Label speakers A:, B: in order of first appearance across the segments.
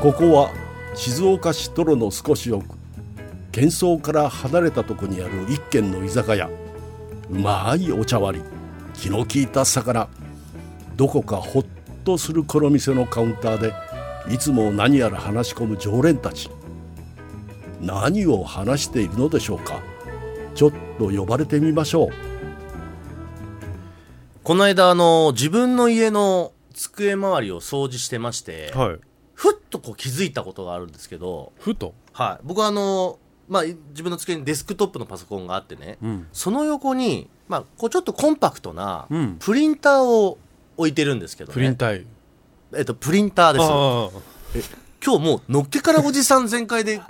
A: ここは静岡市泥の少し奥喧騒から離れたとこにある一軒の居酒屋うまいお茶割り気の利いた魚どこかほっとするこの店のカウンターでいつも何やら話し込む常連たち何を話しているのでしょうかちょっと呼ばれてみましょう
B: この間あの自分の家の机周りを掃除してまして、
C: はい。
B: ふっとこう気づいたことがあるんですけど、
C: ふと。
B: はい、僕はあの、まあ、自分の机にデスクトップのパソコンがあってね、
C: うん。
B: その横に、まあ、こうちょっとコンパクトな
C: うん
B: プリンターを置いてるんですけど、ね
C: プリン体。
B: えっと、プリンターです
C: ああ。
B: 今日もうのっけからおじさん全開で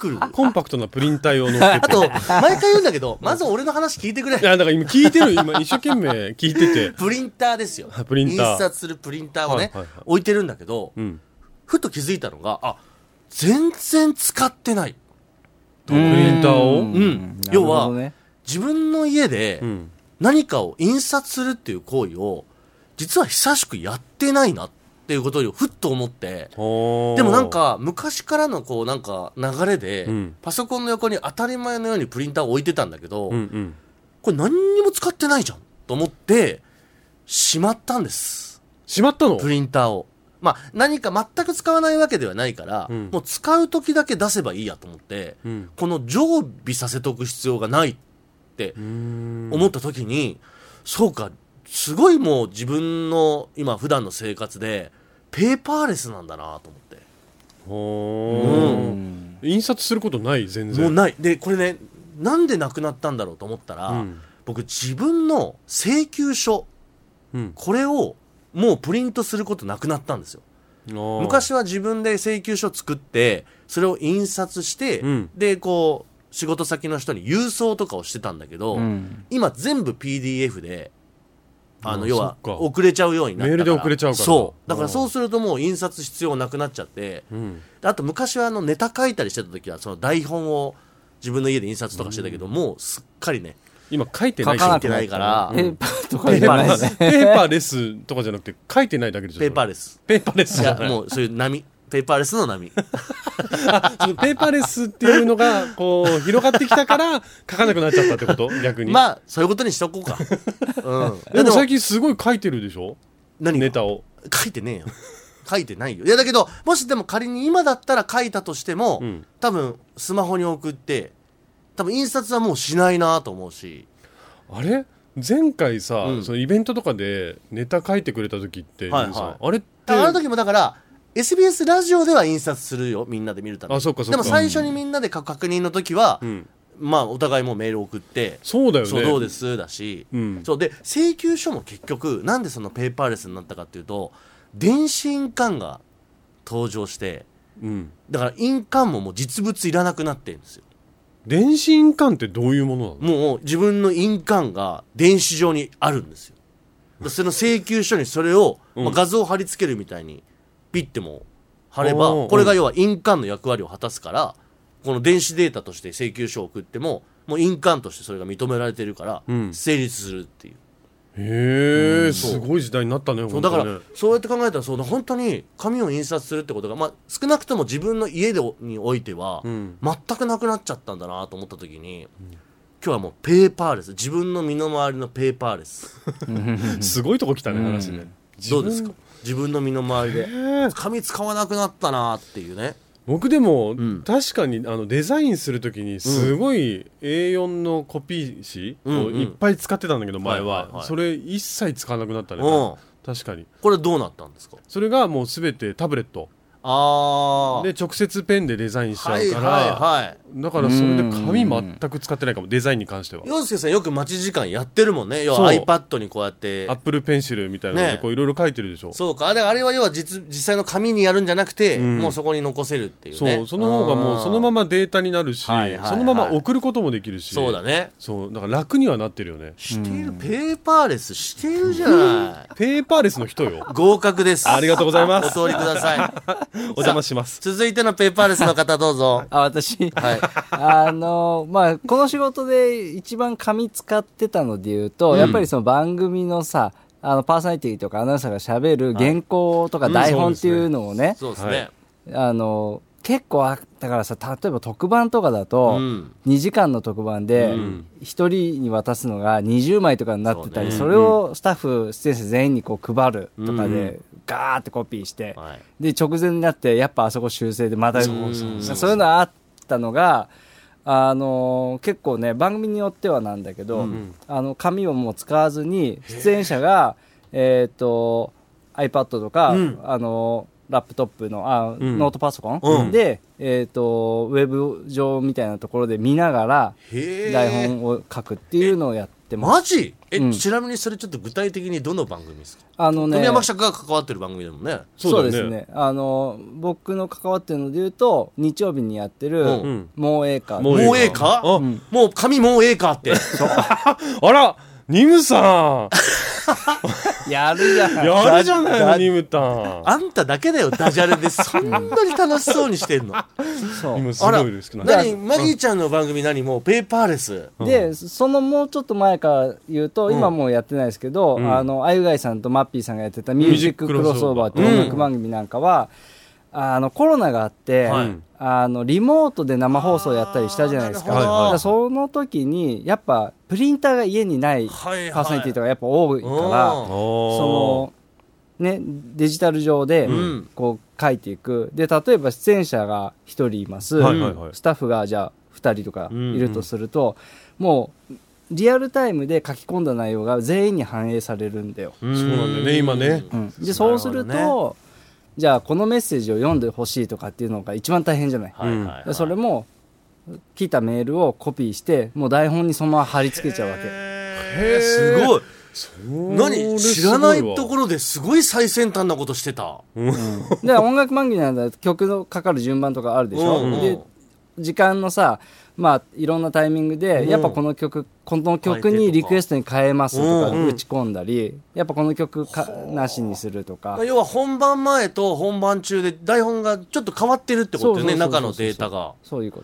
B: 来 る
C: コンパクトなプリン体を乗っけて。
B: あと毎回言うんだけどまず俺の話聞いてくれ
C: いや、だから今聞いてる、今一生懸命聞いてて。
B: プリンターですよ
C: プリンター
B: 印刷するプリンターをね、
C: はいはいはい
B: 置いてるんだけど、
C: うん。
B: ふと気づいたのがあ全然使ってない
C: プリンター
B: う
C: を
B: ん要は自分の家で
C: うん。
B: 何かを印刷するっていう行為を実は久しくやってないなっていうことをふっと思って
C: おー
B: でもなん、か昔からのこうなんか流れで、
C: うん
B: パソコンの横に当たり前のようにプリンターを置いてたんだけど、
C: うんうん。
B: これ何にも使ってないじゃんと思ってしまったんです
C: しまったの
B: プリンターをまあ何か全く使わないわけではないから、
C: うん
B: もう使う時だけ出せばいいやと思って、
C: うん。
B: この常備させとく必要がないって
C: うーん
B: 思った時に、そうかすごいもう自分の今普段の生活でペーパーレスなんだなと思って
C: おー印刷することない、全然。
B: もうないでこれねなんでなくなったんだろうと思ったら、
C: うん
B: 僕自分の請求書
C: うん。
B: これをもうプリントすることなくなったんですよ昔
C: は、
B: は自分で請求書作ってそれを印刷して、
C: うん
B: でこう仕事先の人に郵送とかをしてたんだけど、今全部 PDF であ
C: う
B: の
C: ん
B: 要は
C: そっか
B: 遅れちゃうようになったから
C: メールで送れちゃうから
B: そうだか
C: う
B: ら
C: ん
B: そうするともう印刷必要なくなっちゃって
C: うん。
B: であと昔はあのネタ書いたりしてた時はその台本を自分の家で印刷とかしてたけど、もうすっかりね
C: 今書いて
B: 書
C: ない
B: いてないから
C: う
D: ペ
C: ん
D: ーパー
C: ペ
D: とか
C: ー
D: じ
C: パ
D: ゃ
C: ー
D: ない
C: レ
D: ですね
C: ス。ペーパーレスとかじゃなくて、書いてないだけでしょ。
B: ペーパー
C: レス。
B: レス
C: ペーパーレス
B: い
C: じゃ
B: や
C: ない。
B: もうそういう波ペーパーレスの波
C: そのペーパーレスっていうのが、こう、広がってきたから、書かなくなっちゃったってこと逆に。
B: まあそういうことにしとこう か、うん、
C: でも
B: いや
C: 最近すごい書いてるでしょ
B: 何が
C: ネタを。
B: 書いてねえよ書いてないよいやだけどもしでも仮に今だったら書いたとしても、
C: うん
B: 多分スマホに送って多分印刷はもうしないなと思うし
C: あれ前回さ、
B: うん
C: そのイベントとかでネタ書いてくれた時って、
B: はいはい
C: さあれって
B: だからあの時もだから SBS ラジオでは印刷するよみんなで見るために
C: あそうかそう
B: でも
C: か
B: 最初にみんなで書く確認の時は、
C: うん、
B: まあお互いもうメール送って
C: そうだよね
B: そうどうですだし、
C: うん
B: そうで請求書も結局なんでそのペーパーレスになったかっていうと電子印鑑が登場して
C: うん、
B: だから印鑑ももう実物いらなくなってるんですよ
C: 電子印鑑ってどういうものなの
B: もう自分の印鑑が電子上にあるんですよでその請求書にそれを、
C: うん
B: まあ画像を貼り付けるみたいにピッても貼れば
C: おー
B: これが要は印鑑の役割を果たすからこの電子データとして請求書を送ってももう印鑑としてそれが認められてるから
C: うん
B: 成立するっていう、
C: へえ
B: そう
C: すごい時代になったね
B: そう
C: 本
B: だか
C: 当
B: ら、
C: ね
B: そうやって考えたらそうだ本当に紙を印刷するってことが、まあ、少なくとも自分の家でにおいては、
C: ん
B: 全くなくなっちゃったんだなと思った時に、今日はもうペーパーレス自分の身の回りのペーパーレス
C: すごいとこ来たね話ね、自
B: どう
C: 分
B: ですか自分の身の回りで紙使わなくなったなっていうね
C: 僕でも、
B: ん
C: 確かにあのデザインするときにすごい A4 のコピー紙を
B: うんうん
C: いっぱい使ってたんだけど前は,、
B: はいはいはい
C: それ一切使わなくなったね
B: うん
C: 確かに
B: これどうなったんですか
C: それがもうすべてタブレット
B: ああ
C: で直接ペンでデザインしちゃ
B: は
C: う
B: い
C: か
B: はい
C: ら、
B: はい
C: だからそれで紙全く使ってないかもデザインに関しては
B: 洋介さんよく待ち時間やってるもんね要
C: そう
B: は iPad にこうやって
C: アップルペンシルみたいなので
B: ね
C: こういろいろ書いてるでしょ、
B: そうかあれあれは要は実実際の紙にやるんじゃなくて、
C: ん
B: もうそこに残せるっていうね
C: そうその方がもうそのま
B: ま
C: まデータになるし、
D: はいはいはい
C: そのまま送ることもできるし
B: そうだね
C: そうだから楽にはなってるよね
B: してるペーパーレスしてるじゃない
C: ペーパーレスの人 よ
B: 合格です
C: ありがとうございます
B: お通りください
C: お邪魔します
B: 続いてのペーパーレスの方どうぞ
D: あ、私、
B: はい
D: あの、まあ、この仕事で一番紙使ってたので言うと、やっぱりその番組のさ、あの、パーソナリティとかアナウンサーが喋る原稿とか
C: ん
D: 台
C: そう
D: 本
C: で
D: っ
C: す
D: て
C: ね
D: いうのをね、
B: そうですね、
C: はい
D: あの、結構あ、だからさ、例えば特番とかだと、
B: うん
D: 2時間の特番で
B: うん、
D: 1人に渡すのが20枚とかになってたり、
B: そうね
D: それをスタッフ、出演者全員にこう配るとか
B: う
D: で、ガーってコピーして、
B: はい
D: で、直前になって、やっぱあそこ修正でまた、
B: そうそうそう
D: そういうのあったのが、あのー結構ね、番組によってはなんだけど、
B: ん
D: あの、紙をもう使わずに、出演者が、えっ、と、iPad とか、
B: うん
D: あのーラップトップの、あ、
B: ん
D: ノートパソコン、
B: うん
D: で、えっ、と、ウェブ上みたいなところで見ながら、
B: へえ
D: 台本を書くっていうのをやってます。
B: マジえ、
D: うん
B: ちなみにそれちょっと具体的にどの番組ですか
D: あの
B: 富
D: ね、
B: 山記者が関わってる番組でもね
C: そ
D: そうう
C: だ
D: で
C: よね
D: すね。あの、僕の関わってるので言うと、日曜日にやってる、
B: うん
C: うん
D: もうええか。
B: も
C: もう
B: う
C: ええか
B: ええか
C: あ
D: うん
B: もう髪もうええかって
C: あらニ ムさ
D: やるじゃん。
C: ん やるじゃない
D: だ
C: の
D: だ
C: ニムタ
B: あんただけだよダジャレ でそんなに楽しそうにしてんの
D: そ
C: ン
D: う
C: ニムすごいですけどね
B: 何マギーちゃんの番組何もうペーパーレス
D: で、そのもうちょっと前から言うと、今もうやってないですけど、あの、あゆがいさんとマッピーさんがやってたミュージッククロスオーバーって音楽番組なんかは、あの、コロナがあって、
B: はい
D: あの、リモートで生放送やったりしたじゃないですか。
B: あーなるほど
D: だからその時に、やっぱ、プリンターが家にないパ
B: はいはい
D: ーソナリティとかやっぱ多いから、
B: うん
C: そ
D: そのねデジタル上で
B: うん
D: こう書いていく、で例えば出演者が1人います、
C: はいはいはい
D: スタッフがじゃあ2人とかいるとすると、もうリアルタイムで書き込んだ内容が全員に反映されるんだよ、
B: そう
C: そうなんだよね今ね
D: うんでそうする
B: なるほ
D: とじゃあこのメッセージを読んでほしいとかっていうのが一番大変じゃない、
B: はいはいは
D: で
B: い
D: それも来たメールをコピーしてもう台本にそのまま貼り付けちゃうわけ。
B: へえすごい何
C: 何
B: 知らないところですごい最先端なことしてた
D: で音楽番組なんだと曲のかかる順番とかあるでしょ、
B: うんうん
D: で時間のさまあいろんなタイミングで、
B: うん
D: やっぱこの曲この曲にリクエストに変えますとか打ち込んだり、やっぱこの曲かなしにするとか
B: まあ、要は本番前と本番中で台本がちょっと変わってるってことよね
D: そうそうそうそう
B: 中のデータが
D: そういうこ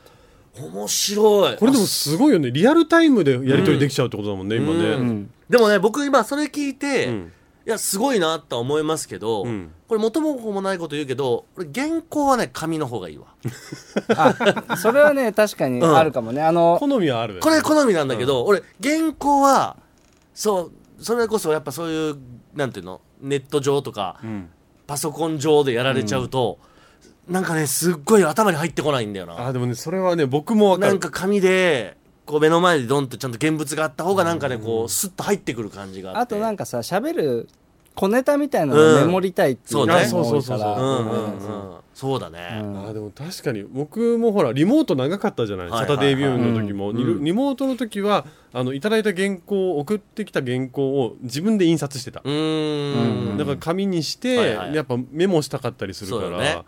D: と
B: 面白い
C: これでもすごいよねリアルタイムでやり取りできちゃうってことだもんね今
B: う
C: ね
D: ん
B: でもね僕今それ聞いて、
C: ん
B: いやすごいなとは思いますけど、
C: ん
B: これ元も子もないこと言うけど俺原稿はね紙の方がいいわ
D: あそれはね確かにあるかもね、あの
C: 好みはあるよね
B: これ好みなんだけど、俺原稿はそうそれこそやっぱそういうなんていうのネット上とか、パソコン上でやられちゃうと、なんかねすっごい頭に入ってこないんだよな
C: あでもねそれはね僕もわか
B: な
C: る
B: んか紙でこう目の前でドンとちゃんと現物があった方がなんかねこうスッと入ってくる感じがあ
D: あ
B: って
D: となんかさ喋る小ネタみたいなのをメモりたいっていうのも
B: うん
D: 多い
C: そ
D: か
C: うね
D: ら
B: うんうん
D: うん
B: うんそうだね、
D: うん
C: あーでも確かに僕もほらリモート長かったじゃない、
B: はいはい
C: サタデービューの時も、リリモートの時はあのいただいた原稿を送ってきた原稿を自分で印刷してた、
B: うーん
C: だから紙にして、
B: はいはい
C: やっぱメモしたかったりするか
B: そ
C: ら
B: う
C: そ,、
B: だね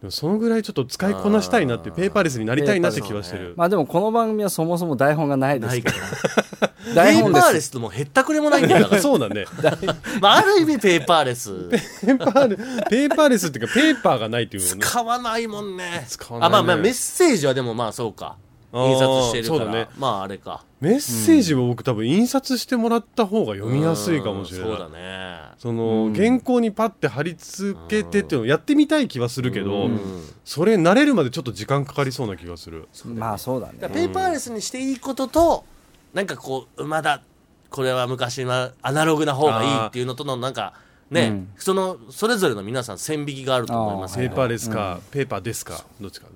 C: でもそのぐらいちょっと使いこなしたいなって
B: あー
C: ペーパーレスになりたいなって気はしてる、
D: まあでもこの番組はそもそも台本がないで
B: な
D: す
B: い
D: か
B: から
D: ら
B: ペ
D: 台
B: ー
D: 本
B: パ
D: で
B: ーレ
D: す
B: スともへったくれもないんだよだから
C: そうだね
B: まあ、ある意味ペーパーレス
C: ペーパーレペーパーレスっていうかペーパーがないっていうのね
B: 使わないもんね
C: 使わない
B: あま
C: ね
B: あまあメッセージはでもまあそうか
C: あー
B: 印刷してるから
C: そうだね
B: まああれか
C: メッセージを僕多分印刷してもらった方が読みやすいかもしれない、
B: うんそうだね
C: その、原稿にパッて貼り付けてっていうのをやってみたい気はするけど、それ慣れるまでちょっと時間かかりそうな気がする
D: まあそうだね
B: だからペーパーレスにしていいことと、なんかこうまだこれは昔のアナログな方がいいっていうのとのなんかね、
D: うん
B: そのそれぞれの皆さん線引きがあると思います
C: ペ
B: け
C: ー
B: ど
C: パーレスか、ペーパーですかどっちか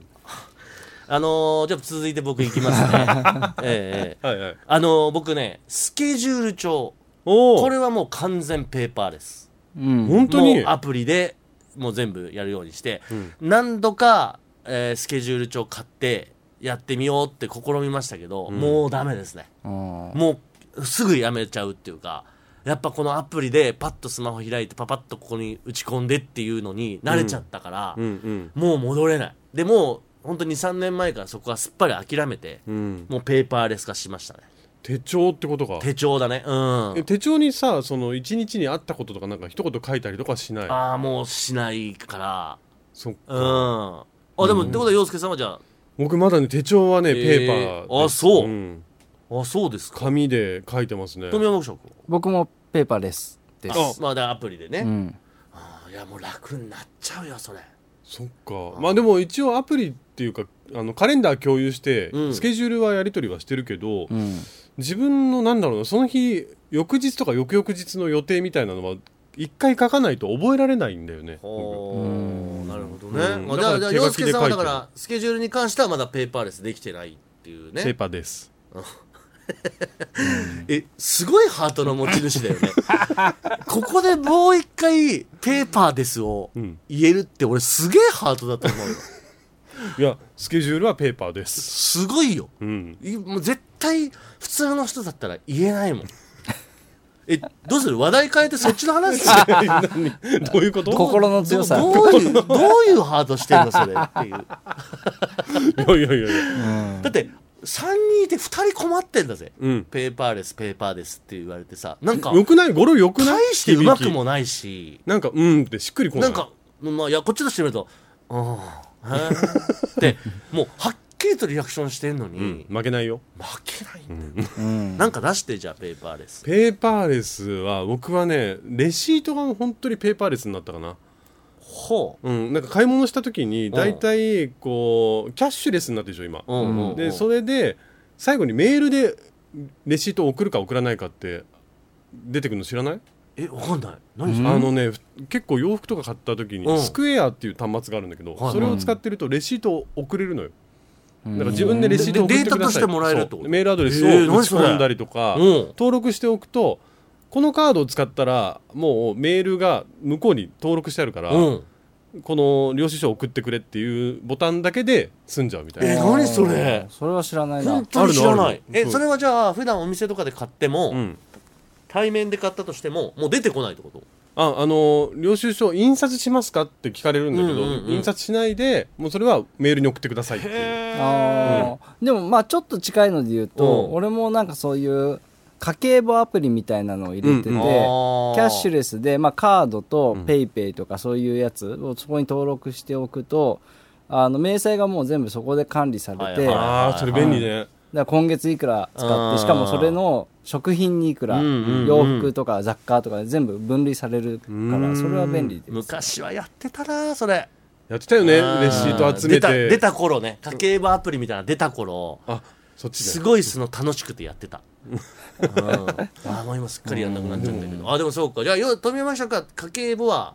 B: あのーじゃあ続いて僕いきます ねええええ
C: はいはい
B: あのー僕ねスケジュール帳
C: おお
B: これはもう完全ペーパーレス
D: うん
C: 本当に
B: もうアプリでもう全部やるようにして、何度か、えースケジュール帳買ってやってみようって試みましたけど、もうダメですね
D: うん
B: もうすぐやめちゃうっていうかやっぱこのアプリでパッとスマホ開いてパパッとここに打ち込んでっていうのに慣れちゃったから、
C: うん
B: もう戻れないでもう本当23年前からそこはすっぱり諦めて、
C: うんうん
B: もうペーパーレス化しましたね
C: 手帳ってことか
B: 手帳だねうん
C: え手帳にさその一日にあったこととかなんか一言書いたりとかはしない
B: ああもうしないから
C: そっか
B: うんあでも、ってことは洋介さんはじゃあ
C: 僕まだね手帳はね、
B: えー
C: ペーパーです
B: あそうんあそうですか
C: 紙で書いてますね
B: 富山学食
D: 僕もペーパーレスです。
B: まあだからアプリでね、
D: うん、
B: あいやもう楽になっちゃうよそれ
C: そっかまあでも一応アプリっていうかあのカレンダー共有して、
B: うん
C: スケジュールはやり取りはしてるけど、
D: うん
C: 自分のなんだろうなその日翌日とか翌々日の予定みたいなのは一回書かないと覚えられないんだよね僕
B: おなるほどね、
C: うん
B: まあ、じゃあ
C: だ
B: じゃあ
C: から
B: 洋介さんはだ
C: 手書きで書いてる
B: からスケジュールに関してはまだペーパーレスできてないっていう
C: ペー
B: ね
C: パーです
B: えすごいハートの持ち主だよね ここでもう一回ペーパーですを
C: うん
B: 言えるって俺すげえハートだと思うよ
C: いやスケジュールはペーパーです
B: すごいよ
C: うん
B: いもう絶対普通の人だったら言えないもんえどうする話題変えてそっちの話する
C: どういうこと
D: 心の強さ
B: どどういうどういうハートしてんのそれっていうだ
C: いやいやいやいや
B: って3人いて2人困ってんだぜ、
C: うん
B: ペーパーレスペーパーですって言われてさなんか
C: よくない語呂よくない
B: 大してうまくも
C: 響
B: ないし
C: きなんかうんってしっくりこな
B: ないんか、まあ、いやこっちとしてみると「うん」へ ーってもうはっきりとリアクションしてんのに、
C: うん、負けないよ
B: 負けないんだよ、
D: うん
B: なんか出してじゃあペーパーレス
C: ペーパーレスは僕はねレシートが本当にペーパーレスになったかな
B: ほ
C: うん、なんか買い物した時に大体こうキャッシュレスになってるでしょ今、
B: う、うんうんうん
C: でそれで最後にメールでレシートを送るか送らないかって出てくるの知らない、
B: えわかんない何それ、
C: あのね結構洋服とか買った時に、
B: うん
C: スクエアっていう端末があるんだけど、
B: はい
C: それを使ってるとレシートを送れるのよ、
D: うん
C: だから自分でレシートを送って
B: でデータ
C: く
B: と
C: だ
B: し
C: さい
B: てもらえるってこと
C: そうメールアドレスを
B: えー
C: 打
B: 何
C: ち
B: それ
C: 込んだりとか、
B: うん
C: 登録しておくとこのカードを使ったらもうメールが向こうに登録してあるから、
B: うん、
C: この領収書を送ってくれっていうボタンだけで済んじゃうみたい
B: え
C: な、
B: 何それ
D: それは知らないな
B: 本当に知ら
C: あるの
B: な
C: あ
B: い
C: る
B: え
C: そう
B: それはじゃあ普段お店とかで買っても、
C: うん、
B: 対面で買ったとしてももう出てこないってこと
C: ああの領収書印刷しますかって聞かれるんだけど、
B: うんうんうん
C: 印刷しないでもうそれはメールに送ってくださいっていう
D: あーでもまあちょっと近いので言うと、
B: うん
D: 俺もなんかそういう家計簿アプリみたいなのを入れてて、
C: うんうん
D: キャッシュ
B: レ
D: レスで、まあ、カードと
C: ん
D: ペイペイとかそういうやつをそこに登録しておくとあの明細がもう全部そこで管理されて、
B: はいはい
D: だか
C: ああそれ便利ね、
D: ら今月いくら使っ
B: うん
D: てしかもそれの食品にいくら、
B: うんうんうん
D: 洋服とか雑貨とか全部分類されるか
C: う
D: ら
C: ん
D: それは便利です。
B: 昔はやってたなそれ
C: やってたよね
B: あ
C: レシート集め
B: 出た
C: て
B: 出た頃ね家計簿アプリみたいなの出た頃
C: あそっち
B: す
C: ね
B: ごいその楽しくてやってた、うん、 ああもう今すっかりやんなくなっちゃったけど、あでもそうかじゃあよ富山社か家計簿は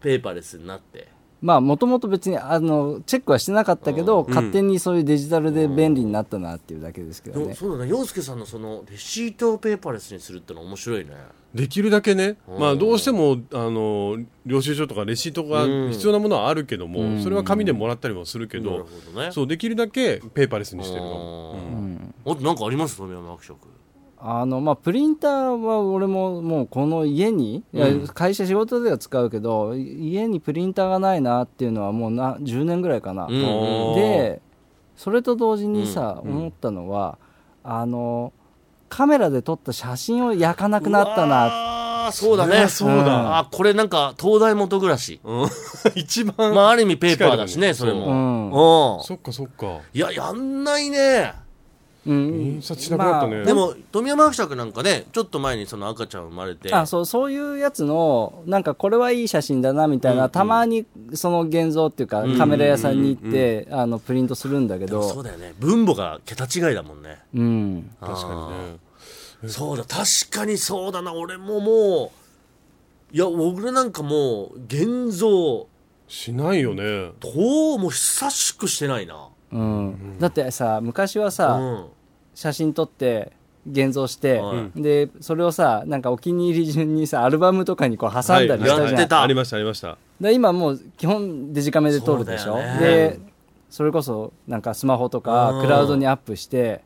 B: ペーパーレスになって
D: まあもともと別にあのチェックはしてなかったけど、勝手にそういうデジタルで便利になったなっていうだけですけど
B: でも
D: ね、
B: そうだね洋介さんのそのレシートをペーパーレスにするっての面白いね
C: できるだけね、まあ、どうしてもあの領収書とかレシートが必要なものはあるけども、それは紙でもらったりもするけ
B: なる
C: ど
B: ほ、どね
C: そうできるだけペーパーレスにしてるかも
B: うんあとなんかあります富山学食
D: あのまあプリンターは俺ももうこの家に、いや会社仕事では使うけどい家にプリンターがないなっていうのはもうな10年ぐらいか
B: う
D: な、
B: ん
C: あー
D: でそれと同時にさ、思ったのはあのカメラで撮った写真を焼かなくなったな
B: ああそうだ
C: そり
B: ね
C: ゃそう
D: だ
B: あーこれなんか東大元暮らし、
C: 一番、
B: まあある意味ペーパーだしねそ
C: 近
B: れ
C: いと
B: も
D: うん、
B: うん
C: そっかそっか
B: いややんないね
D: うん
C: 印刷しなくなったね、
D: まあ
B: でも富山伯爵なんかねちょっと前にその赤ちゃん生まれて
D: あそうそういうやつのなんかこれはいい写真だなみたいな、たまにその現像っていうか、カメラ屋さんに行って、あのプリントするんだけ
B: でもそう
D: ど
B: だよね分母が桁違いだもんね
D: うん
C: 確かにね
B: そうだ確かにそうだな俺ももういや俺なんかもう現像
C: しないよね
B: どうも久しくしてないな
D: うん、だってさ昔は
B: う
D: さ、
B: ん
D: 写真撮って現像して、
B: は
D: でそれをさなんかお気に入り順にさアルバムとかにこう挟んだりしたじゃん、
B: はいやって
D: だか
B: た
C: ありましたありました
D: ら今もう基本デジカメで撮るでしょ、
B: そうだよね
D: でそれこそなんかスマホとか
B: うん
D: クラウドにアップして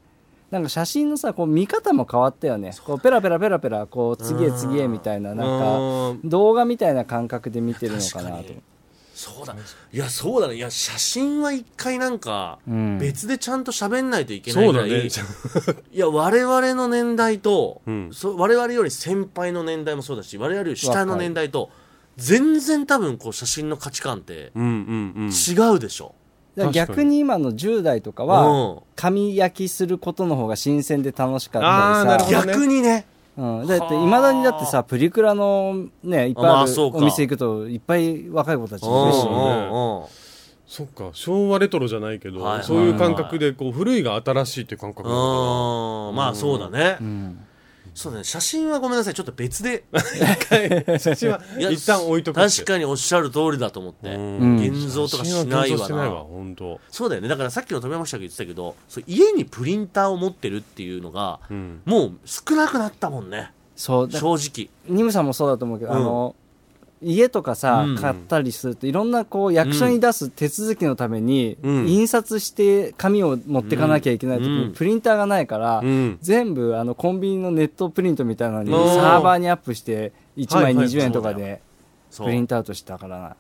D: なんか写真のさこう見方も変わったよねこうペラペラペラペラこう次へ次へみたいななんか
C: あー
D: 動画みたいな感覚で見てるの
B: 確
D: か
B: か
D: なと
B: にそうだいやそうだねいや写真は一回なんか
D: うん
B: 別でちゃんと喋んないといけない
C: そう
B: ぐら
C: だ
B: い、
C: ね。
B: いや我々の年代と、
C: ん
B: そ我々より先輩の年代もそうだし我々より下の年代と全然多分こう写真の価値観って
C: うんうんうん。
B: 違うでしょ、
D: だから逆に今の10代とか
B: う
D: は紙焼きすることの方が新鮮で楽しかったりさ
C: あーなるほどね
B: 逆にね
D: うん、だっていまだにだってさプリクラのねいっぱい
B: ま
D: あ
B: あ
D: る
B: そうか
D: お店行くといっぱい若い子たちいるし、
B: う
C: そっか昭和レトロじゃないけど、
B: はい
C: そういう感覚でこう古いが新しいっていう感覚なの
B: んうんまあそうだね、
D: うん
B: そうだね写真はごめんなさいちょっと別で
C: か な写真はい
B: や
C: 一旦置いとくって
B: 確かにおっしゃる通りだと思って、
C: うん
B: 現像とかしない
C: 写真は現
B: わ
C: 像して
B: な
C: ないわ本当
B: そうだよねだからさっきの富山記者が言ってたけどそう家にプリンターを持ってるっていうのが、
C: うん
B: もう少なくなったもんね
D: そうだ
B: 正直
D: ニムさんもそうだと思うけど、
B: うん
D: あの家とかさ、
B: うん
D: 買ったりするといろんなこう役所に出す手続きのために、
C: うん
D: 印刷して紙を持ってかなきゃいけない時に、
B: うん
D: プリンターがないから、
C: うん
D: 全部あのコンビニのネットプリントみたいなのに
C: おー
D: サーバーにアップして1
C: は
D: 枚
C: いはい
D: 20円とか
B: そうだ
D: で
B: そ
D: プリン
B: う
D: トアウトしたからな。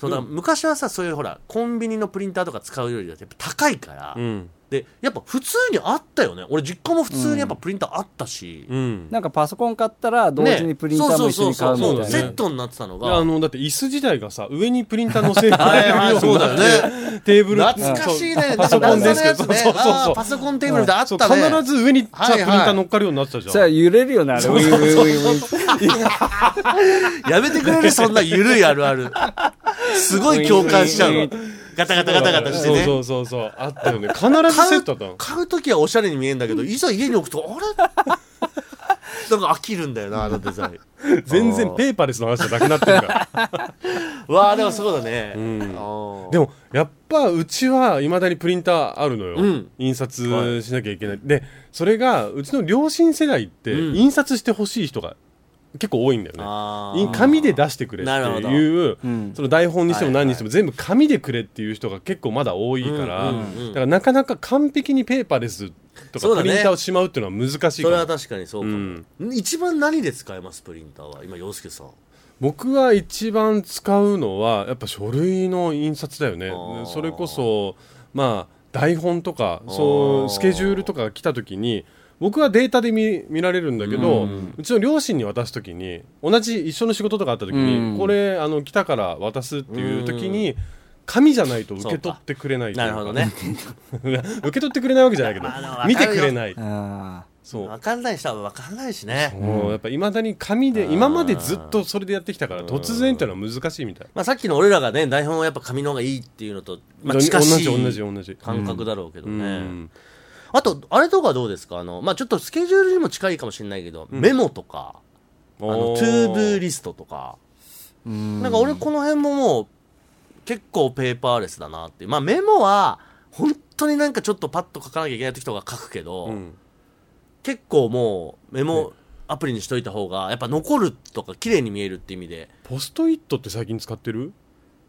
B: そうだから昔はさそういうほらコンビニのプリンターとか使うよりだってやっぱ高いから、
C: うん
B: でやっぱ普通にあったよね俺実家も普通にやっぱプリンターあったし、
C: うん
D: なんかパソコン買ったら同時にプリンターも一緒に買うみたい
B: そ
D: な
B: そ
D: ね。
B: そセットになってたの
C: であ
B: が
C: のだって椅子自体がさ上にプリンタ ー乗せら
B: は
C: れ
B: い
C: る
B: はい
C: よ
B: そう
C: う
B: だ
C: な
B: よね
C: テーブル
B: 懐かしいね
C: パソコン
B: なんか段差
C: ですけど
B: のやつね
C: そうそうそう
B: あーパソコンテーブルであっ
C: そう
B: たね
C: 必ず上にさ
B: はいはい
C: プリンター乗っかるようになってたじゃん
D: さあ揺れるよね、あれ。ウィンウィンウィンウィン
B: やめてくれるそんな緩いあるある。すごい共感しちゃうの。ガタガタガタガタしてね。
C: そうそうそうそうあったよね必ずセ
B: 買
C: ットだった
B: う
C: の
B: 買う時はおしゃれに見えるんだけど、いざ家に置くと、あれなんか飽きるんだよな、あのデザイ ン。
C: 全然ペーパーレスの話じゃなくなってるから
B: わあ、でもそうだね。
C: ん
B: あー
C: でもやっぱうちはいまだにプリンターあるのよ、
B: うん
C: 印刷しなきゃいけない、でそれがうちの両親世代って
B: うん
C: 印刷してほしい人が結構多いんだよ
B: あ
C: ね、
B: ー
C: い紙で出してくれって
B: なるほど
C: いう、
D: うん
C: その台本にしても
B: はいはい
C: 何にしても全部紙でくれっていう人が結構まだ多いから、
B: うんうんうん
C: だからなかなか完璧にペーパーレスと
B: そう
C: か
B: だ
C: プ
B: ね
C: リンターをしまうっていうのは難しい
B: そ
C: か
B: れ
C: ら、
B: は確かにそうかも、
C: うん
B: 一番何で使えますプリンターは今洋介さん
C: 僕は一番使うのはやっぱ書類の印刷だよね
B: あー
C: それこそまあ台本とか
B: あ
C: そ
B: ー
C: うスケジュールとかが来た時に僕はデータで見見られるんだけど、うちの両親に渡す時に同じ一緒の仕事とかあった時に、
D: うん
C: これあの来たから渡すっていう時に、紙じゃないと受け取ってくれないとい
B: な
C: う
B: る
C: か
B: ほどね
C: 受け取ってくれないわけじゃないけど
B: あのわかる
C: 見
B: よ
C: てくれない
D: あ
C: そう
B: 分かんない人は分かんないしね
C: もうやっぱいまだに紙で今までずっとそれでやってきたから突然っていうのは難しいみたい
B: まあ、さっきの俺らがね台本はやっぱ紙の方がいいっていうのと、まあ、
C: 同じ
B: 近しい
C: 同じ同じ同じ
B: 感覚だろうけどね、
C: うん
B: あとあれとかどうですかあの、まあ、ちょっとスケジュールにも近いかもしれないけど、メモとかあの
C: お
B: ト
C: ー
B: ゥーブーリストとか
D: ーうん
B: なんか俺この辺ももう結構ペーパーレスだなっていうまあメモは本当になんかちょっとパッと書かなきゃいけない時とか書くけど、
C: うん
B: 結構もうメモアプリにしといた方がやっぱ残るとか綺麗に見えるって意味で
C: ポストイットって最近使ってる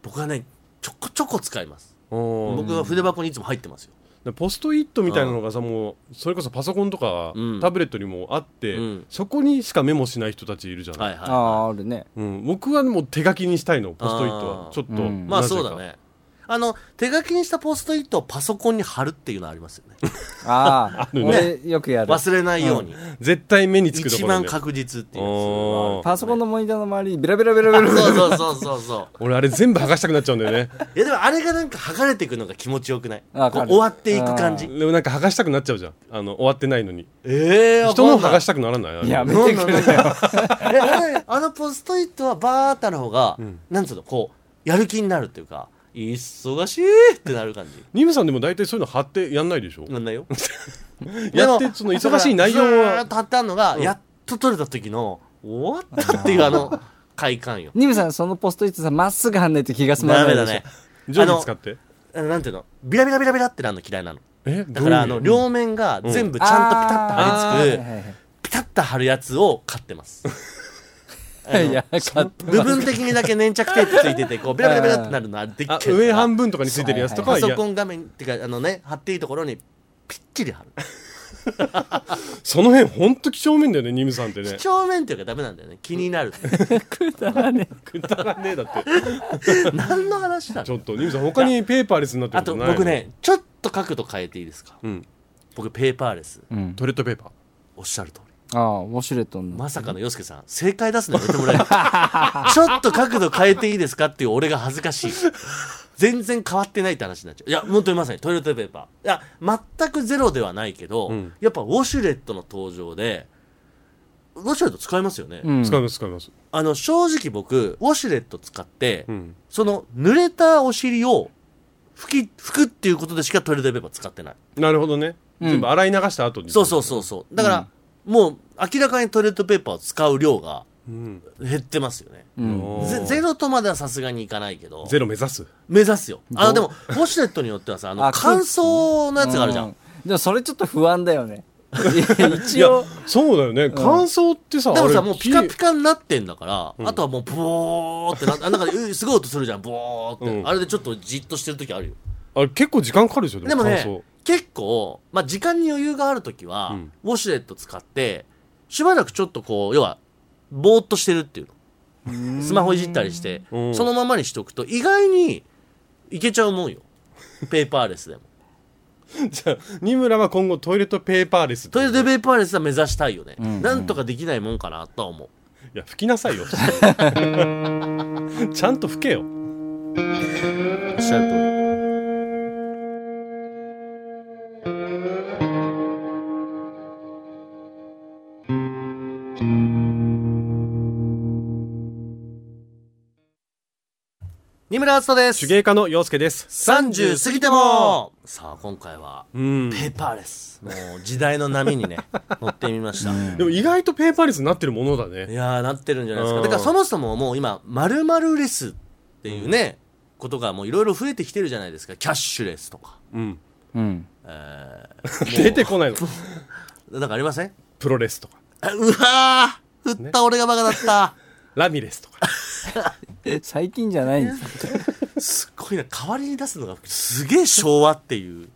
B: 僕はねちょこちょこ使います
C: 僕
B: 僕は筆箱にいつも入ってますよ
C: ポストイットみたいなのがさもうそれこそパソコンとか
B: うん
C: タブレットにもあって、
B: うん
C: そこにしかメモしない人たちいるじゃない、
B: はいはい、
D: ああ、あるね。
C: うん、僕はもう手書きにしたいのポストイットは
B: あー
C: ちょっと、
D: うん
B: まあ
C: なぜ
B: そ
C: か
B: うだねあの手書きにしたポストイットをパソコンに貼るっていうのはありますよね
D: ああ、
C: る
D: 俺よくやる。
B: 忘れないように、
C: 絶対目につくと
B: 一
C: ころ
B: 番
C: ね
B: 確実っていうやつ
C: おー
D: パソコンのモニターの周りにベラベラベラベラベラ。
B: そうそうそうそうそ
C: 俺あれ全部剥がしたくなっちゃうんだよね
B: ういやでもあれがなんか剥がれていくのが気持ちよくない
D: わ
B: こ
D: か
B: う
D: る
B: 終わっていく感じ
C: でもなんか剥がしたくなっちゃうじゃんあの終わってないのに
B: ええー、
C: 人の剥がしたたくならないあれ
D: やめてくれよ。
B: えあれあのポストイットはバーってある方が、なんつうのこうやる気になるっていうか忙しいってなる感じ
C: ニムさんでも大体そういうの貼ってやんないでしょ、
B: なんないよ
C: やってその忙しい内容
B: ずーっ
C: は
B: と貼ってあるのが、やっと取れた時の終わったっていうあの快感 よ
D: ニムさん、そのポストイットさ、まっすぐ貼んないと気が済ま
B: ダ
D: な
B: メ
D: い
B: だ
D: でし
B: ね
D: ょ。
C: 定規使って
B: あのなんていうのビラビラビラビラってなるの嫌いなの
C: え
B: だからあの
C: どういう
B: 両面が全部ちゃんとピタッと貼り付く、
D: はいはい
B: ピタッと貼るやつを買ってますあ
D: はい。い
B: の
D: や、買っ
B: 部分的にだけ粘着テープついててこうビラビラビラってなるの はでっ
C: あ
B: けえ
C: 上半分とかについてるやつとかは
B: パ
C: 嫌
B: ソコン画面っていうかあのね貼っていいところにピッチリ貼る
C: その辺ほんと几帳面だよねニムさんってね
B: 几帳面っていうかダメなんだよね気に なる
C: くだらねえだって
B: 何の話だ
C: ちょっとニムさん他にペーパーレスになって
B: あ
C: ることとないの
B: 僕ねちょっと角度変えていいですか
C: うん
B: 僕ペーパーレス
D: うん。
C: トイレットペーパー
B: おっしゃる通り
D: ああ、ウォシュレットの。
B: まさかの洋介さん正解出すのやめてもらえる ちょっと角度変えていいですかっていう俺が恥ずかしい全然変わってないって話になっちゃういや本当にまさにトイレットペーパーいや全くゼロではないけど、
C: ん
B: やっぱウォシュレットの登場でウォシュレット使いますよね、
D: うん
C: 使います使います、
B: あの正直僕ウォシュレット使って、
C: うん、
B: その濡れたお尻を拭き拭くっていうことでしかトイレットペーパー使ってない
C: なるほどね、
D: うん
C: 全部洗い流した後に
B: そうそうそうそうだから、もう明らかにトイレットペーパーを使う量が
C: うん、
B: 減ってますよね
D: うん
B: ゼゼロとまではさすがにいかないけど
C: ゼロ目指す
B: 目指すよあのでもウォシュレットによってはさあの
D: あ
B: 乾燥のやつがあるじゃん、
D: うでもそれちょっと不安だ よねいや一応
C: そうだよね乾燥ってさ、
B: でも
C: あ
B: さ、
C: れ
B: もうピカピカになってんだから、あとはもう、ブォーってな、あなんか、うすごい音するじゃん、ブォーって。
C: うん
B: あれでちょっとじっとしてる時あるよ。
C: あれ結構時間かかるでしょ
B: でも
C: 乾燥
B: ね、結構、まあ、時間に余裕がある時は、
C: うん
B: ウォシュレット使って、しばらくちょっとこう、要は、ぼーっとしてるっていうの。スマホいじったりして
C: う、ん
B: そのままにしとくと、意外に、いけちゃうもんよ。ペーパーレスでも。
C: じゃあ二村は今後トイレットペーパーレス
B: トイレッ
C: ペ
B: トペーパーレスは目指したいよね。
D: んうん
B: なんとかできないもんかなとは思う。
C: いや拭きなさいよちゃんと拭けよ
B: おっしゃる通り。二村敦人で
C: 手
B: す。
C: 芸家の陽介です
B: 30過ぎてもさあ、今回は、
C: うん
B: ペーパーレス。もう、時代の波 にね、乗ってみました。
C: でも意外とペーパーレスになってるものだね
B: いやー、なってるんじゃないです
C: う
B: か。
C: ん
B: だからそもそももう今、〇〇レスっていうね、ことがもういろいろ増えてきてるじゃないですか。キャッシュレスとか。
C: うん
D: うん
B: え
C: 出てこないの
B: ー、なんかありません
C: プロレスとか
B: あうわー振った俺がバカだった、
C: ラミレスとか
D: 最近じゃないんです
B: すっごいな代わりに出すのがすげえ昭和っていう、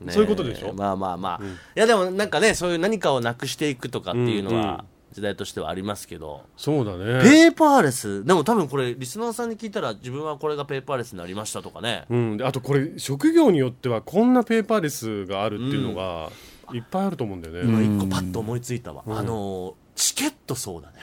B: ね
C: そういうことでしょ
B: まあまあまあ、いやでもなんかねそういう何かをなくしていくとかっていうの
C: うんうん
B: は時代としてはありますけど、
C: そうだね
B: ペーパーレスでも多分これリスナーさんに聞いたら自分はこれがペーパーレスになりましたとかね
C: うん、であとこれ職業によってはこんなペーパーレスがあるっていうのがいっぱいあると思うんだよね、
B: 今一個パッと思いついたわ、あのーチケットそうだね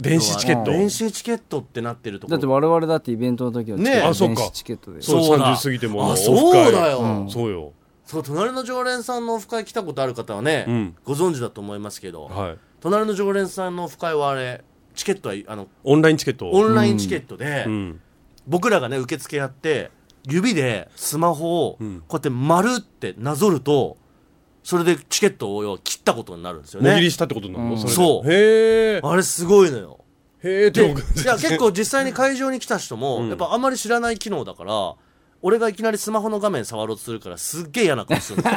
C: 電子チケット、
D: うん
B: 練習チケットってなってるとこ
D: だ
B: ろ
D: って我々だってイベントの時はチケッ
B: ねえ
D: ト
C: あそっか
D: 電子チケットで
C: そう
B: そうだ
C: 30過ぎても
B: あそうだよ、
D: うん
C: そうよ
B: そう隣の常連さんのオフ会来たことある方はね、
C: うん
B: ご存知だと思いますけど、
C: はい
B: 隣の常連さんのオフ会はあれチケットはあの
C: オンラインチケット
B: オンラインチケットで、
C: うん
B: 僕らがね受付やって指でスマホをこ
C: うん
B: うやって丸ってなぞるとそれでチケットを切ったことになるんですよ
C: 値切り
B: ね
C: したってことなの、
D: うん
C: れで
B: そう
C: へえ
B: あれすごいのよ
C: へえって
B: でい
C: 僕
B: や結構実際に会場に来た人も、
C: ん
B: やっぱあんまり知らない機能だから俺がいきなりスマホの画面触ろうとするからすっげえ嫌な顔す るの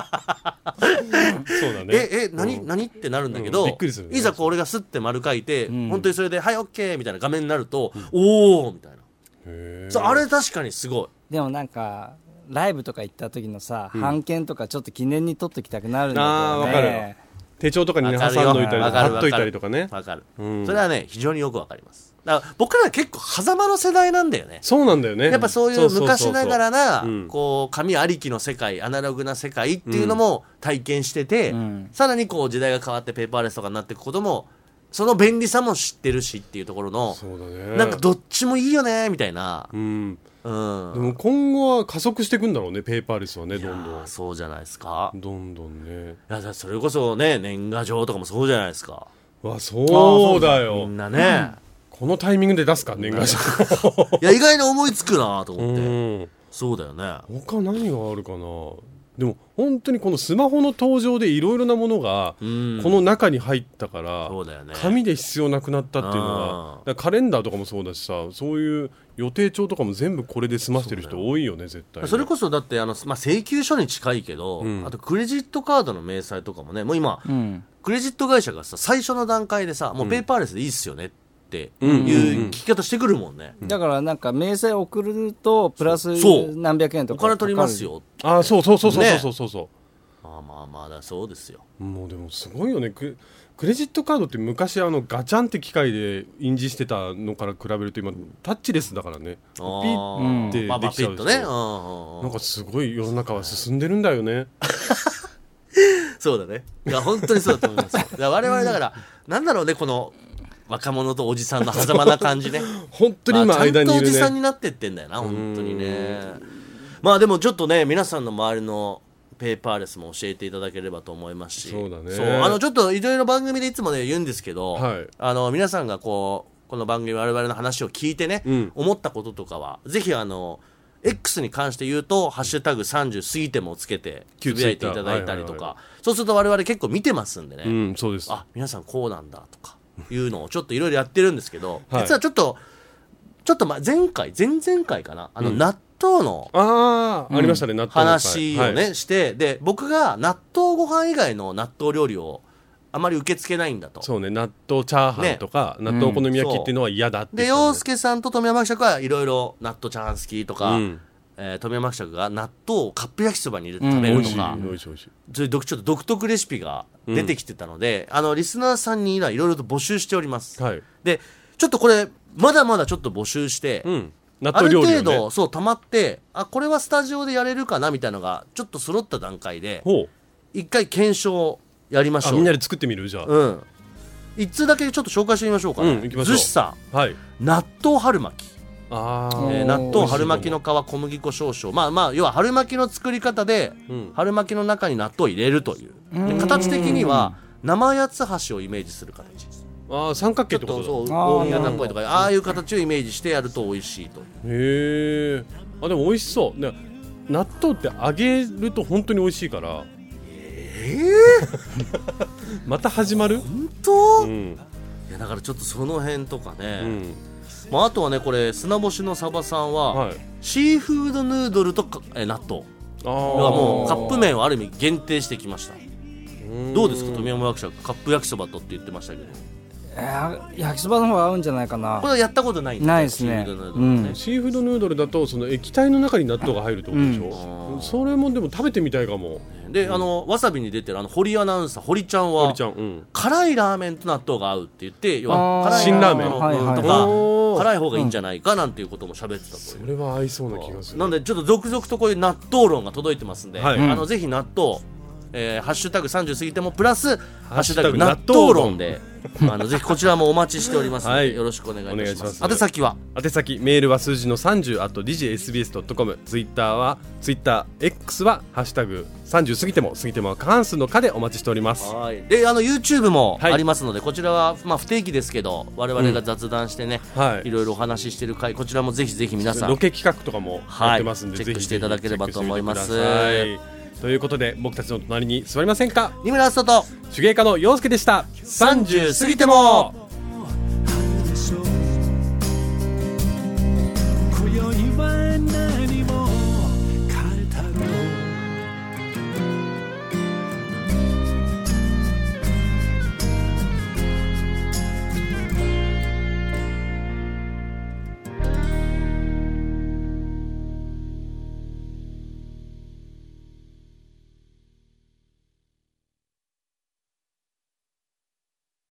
C: そうだね
B: ええ何、何ってなるんだけど、
C: うんびっくりするね
B: いざこう俺がスッて丸書いて、
D: ん
B: 本当にそれで「はいオッケーみたいな画面になると「おお!」みたいな、
C: へえ
B: そうあれ確かにすごい
D: でもなんかライブとか行った時のさ、版権とかちょっと記念に取ってきたくなるんだ
C: あーわ
D: よ
C: かる
D: ね
C: 手帳とかにね
B: わか
C: 挟
B: るよ
C: んどいたりと
B: わ
C: か
B: かる
C: 貼っといたりとかね
B: わかる、
C: うん
B: それはね非常によくわかりますだから僕ら結構狭間の世代なんだよね
C: そうなんだよね
B: やっぱそういう昔ながらな
C: うん
B: こう紙ありきの世界アナログな世界っていうのも体験してて、
D: うん
B: さらにこう時代が変わってペーパーレスとかになっていくこともその便利さも知ってるしっていうところの
C: そうだね
B: なんかどっちもいいよねみたいな
C: うん
B: うん
C: でも今後は加速していくんだろうねペーパーレスはね
B: いや
C: どんど
B: ー
C: ん
B: そうじゃないですかい
C: どんどんね
B: やだからそれこそね年賀状とかもそうじゃないですか
C: わそうだ
B: み
C: よ
B: んなね、
C: このタイミングで出すか年賀状
B: いや意外に思いつくなと思って、
C: うん
B: そうだよね
C: 他何があるかなでも本当にこのスマホの登場でいろいろなものがこ
B: ん
C: の中に入ったから
B: そうだよね
C: 紙で必要なくなったっていうの
B: あ
C: は
B: ー
C: だからカレンダーとかもそうだしさそういう予定帳とかも全部これで済ませてる人多いよね絶対ね
B: それこそだってあの、まあ、請求書に近いけど、
C: うん
B: あとクレジットカードの明細とかもねもう今
D: うん
B: クレジット会社がさ最初の段階でさもうペーパーレスでいいっすよねって
C: うんうんうん
B: いう聞き方してくるもんね、
D: だからなんか明細送るとプラス
B: そう
D: 何百円と
B: お
D: か
B: 金
D: かかる
B: 取りますよ
C: あーそうそうそうそうそうそうそう、
B: まあまあまあだそうですよ
C: もうでもすごいよねククレジットカードって昔あのガチャンって機械で印字してたのから比べると今タッチレスだからねピ
B: あー
C: ッて
B: まあま
C: で
B: あ
C: きち
B: ピ
C: ゃ
B: ッ
C: う
B: と
C: でしょ
B: ね、うんうんうん
C: なんかすごい世の中は進んでるんだよね
B: そうだね。いや、本当にそうだと思いますよ。いや我々だから、なんだろうね、この若者とおじさんの狭間な感じね。
C: 本当に
B: ま
C: 今
B: あちゃ
C: 間
B: ん
C: に
B: と
C: い
B: お
C: る
B: じさん
C: ね
B: になってってんだよな、本当にね。まあでもちょっとね、皆さんの周りのペーパーレスも教えていただければと思いますし
C: そうだね
B: あのちょっといろいろ番組でいつもね言うんですけど、
C: はい
B: あの皆さんがこうこの番組我々の話を聞いてね、
C: ん
B: 思ったこととかはぜひあの X に関して言うと「ハッシュタグ #30 過ぎても」をつけてつ
C: 旧
B: ぶやいていただいたりと
C: Twitter はい
B: かそうすると我々結構見てますんでね、
C: うんそうです
B: あ皆さんこうなんだとかいうのをちょっといろいろやってるんですけど、
C: はい
B: 実はちょっとちょっとま前回前々回かなあの納豆の
C: ああありましたね納豆の
B: 話
C: 回
B: をね、
C: はい
B: してで僕が納豆ご飯以外の納豆料理をあまり受け付けないんだと
C: そうね納豆チャーハンとか納豆お好み焼きっていうのは嫌だって
B: で
C: 言ってたね
B: 洋介さんと富山伯爵はいろいろ納豆チャーハン好きとか、
C: うん
B: えー富山伯爵が納豆をカップ焼きそばに入れて食べるとか、
C: 美味しい美味しい美味しい
B: そういう独ちょっと独特レシピが出てきてたので、あのリスナーさんにいろいろと募集しております、
C: はい
B: でちょっとこれまだまだちょっと募集して、
C: うん納
B: あ
C: 豆
B: る
C: 料理
B: 程
C: をね
B: 度そう溜まってあこれはスタジオでやれるかなみたいなのがちょっと揃った段階で
C: ほう
B: 一回検証やりまし
C: あ
B: ょう
C: みんなで作ってみるじゃあ
B: うん一通だけちょっと紹介してみましょうか、
C: うん行きましょう
B: 寿司さ
C: はい
B: ん納豆春巻き、
C: あ
D: お
B: えー
D: ー
B: 納豆春巻きの皮小麦粉少々まあまあ要は春巻きの作り方で、
C: うん
B: 春巻きの中に納豆を入れるというで形的には生八つ橋をイメージする形
C: ああ三角
B: ち
C: 形
B: ょっ
C: ってこと
B: と
C: だ
B: そう
D: あー
B: 大宮さんっぽいとかああいう形をイメージしてやると美味しいと
C: へえあでも美味しそうね納豆って揚げると本当に美味しいからええ また始まる
B: 本当、
C: うん、
B: いやだからちょっとその辺とかね
C: う、ん、
B: まあ、あとはねこれ砂干しのサバさんは、
C: はい
B: シーフードヌードルとかえ納豆
C: ああ
B: はもうカップ麺をある意味限定してきましたどうですか富山学者カップ焼きそばとって言ってましたけど
D: えー焼きそばの方が合うんじゃないかな
B: これはやったことないん
D: ないですね
B: シーフードヌードルはね、
C: シーフードヌードルだとその液体の中に納豆が入るってことでしょ、
B: うん
C: それもでも食べてみたいかも
B: であのわさびに出てるあの堀アナウンサー堀ちゃん
C: あり
B: は
C: ちゃん、うん、
B: 辛いラーメンと納豆が合うって言って要は
D: あー
B: 辛い
C: 辛ラーメン
B: うん
D: はいはいはい
B: とか
C: おー
B: 辛い方がいいんじゃないかなんていうことも喋ってたという
C: それは合いそうな気がする
B: なんでちょっと続々とこういう納豆論が届いてますんで、
C: はい
B: あのぜひ納豆、えーハッシュタグ30過ぎてもプラスハッシュタグ納豆
C: ハッシュタグ納豆
B: 論
C: 論
B: で あのぜひこちらもお待ちしておりますので、
C: はい
B: よろしくお願いいたし
C: お
B: ま
C: 願い
B: す
C: します
B: 宛先は
C: 宛先メールは数字の30 at digsbs.com ツイッターはツイッター X は「ハッシュタグ #30 過ぎても過ぎてもは過半数の課」でお待ちしております
B: はいであの YouTube も
C: はい
B: ありますので、こちらは、まあ、不定期ですけど我々が雑談してね、
C: はい
B: いろいろお話ししてる回こちらもぜひぜひ皆さん
C: ロケ企画とかも
B: はい
C: やってますんで、
B: チェッ
C: ぜ
B: ク
C: ひ
B: していただければと思います
C: チェックしてみてくださいということで僕たちの隣に座りませんか
B: 二村明日と
C: 手芸家の陽介でした
B: 30過ぎても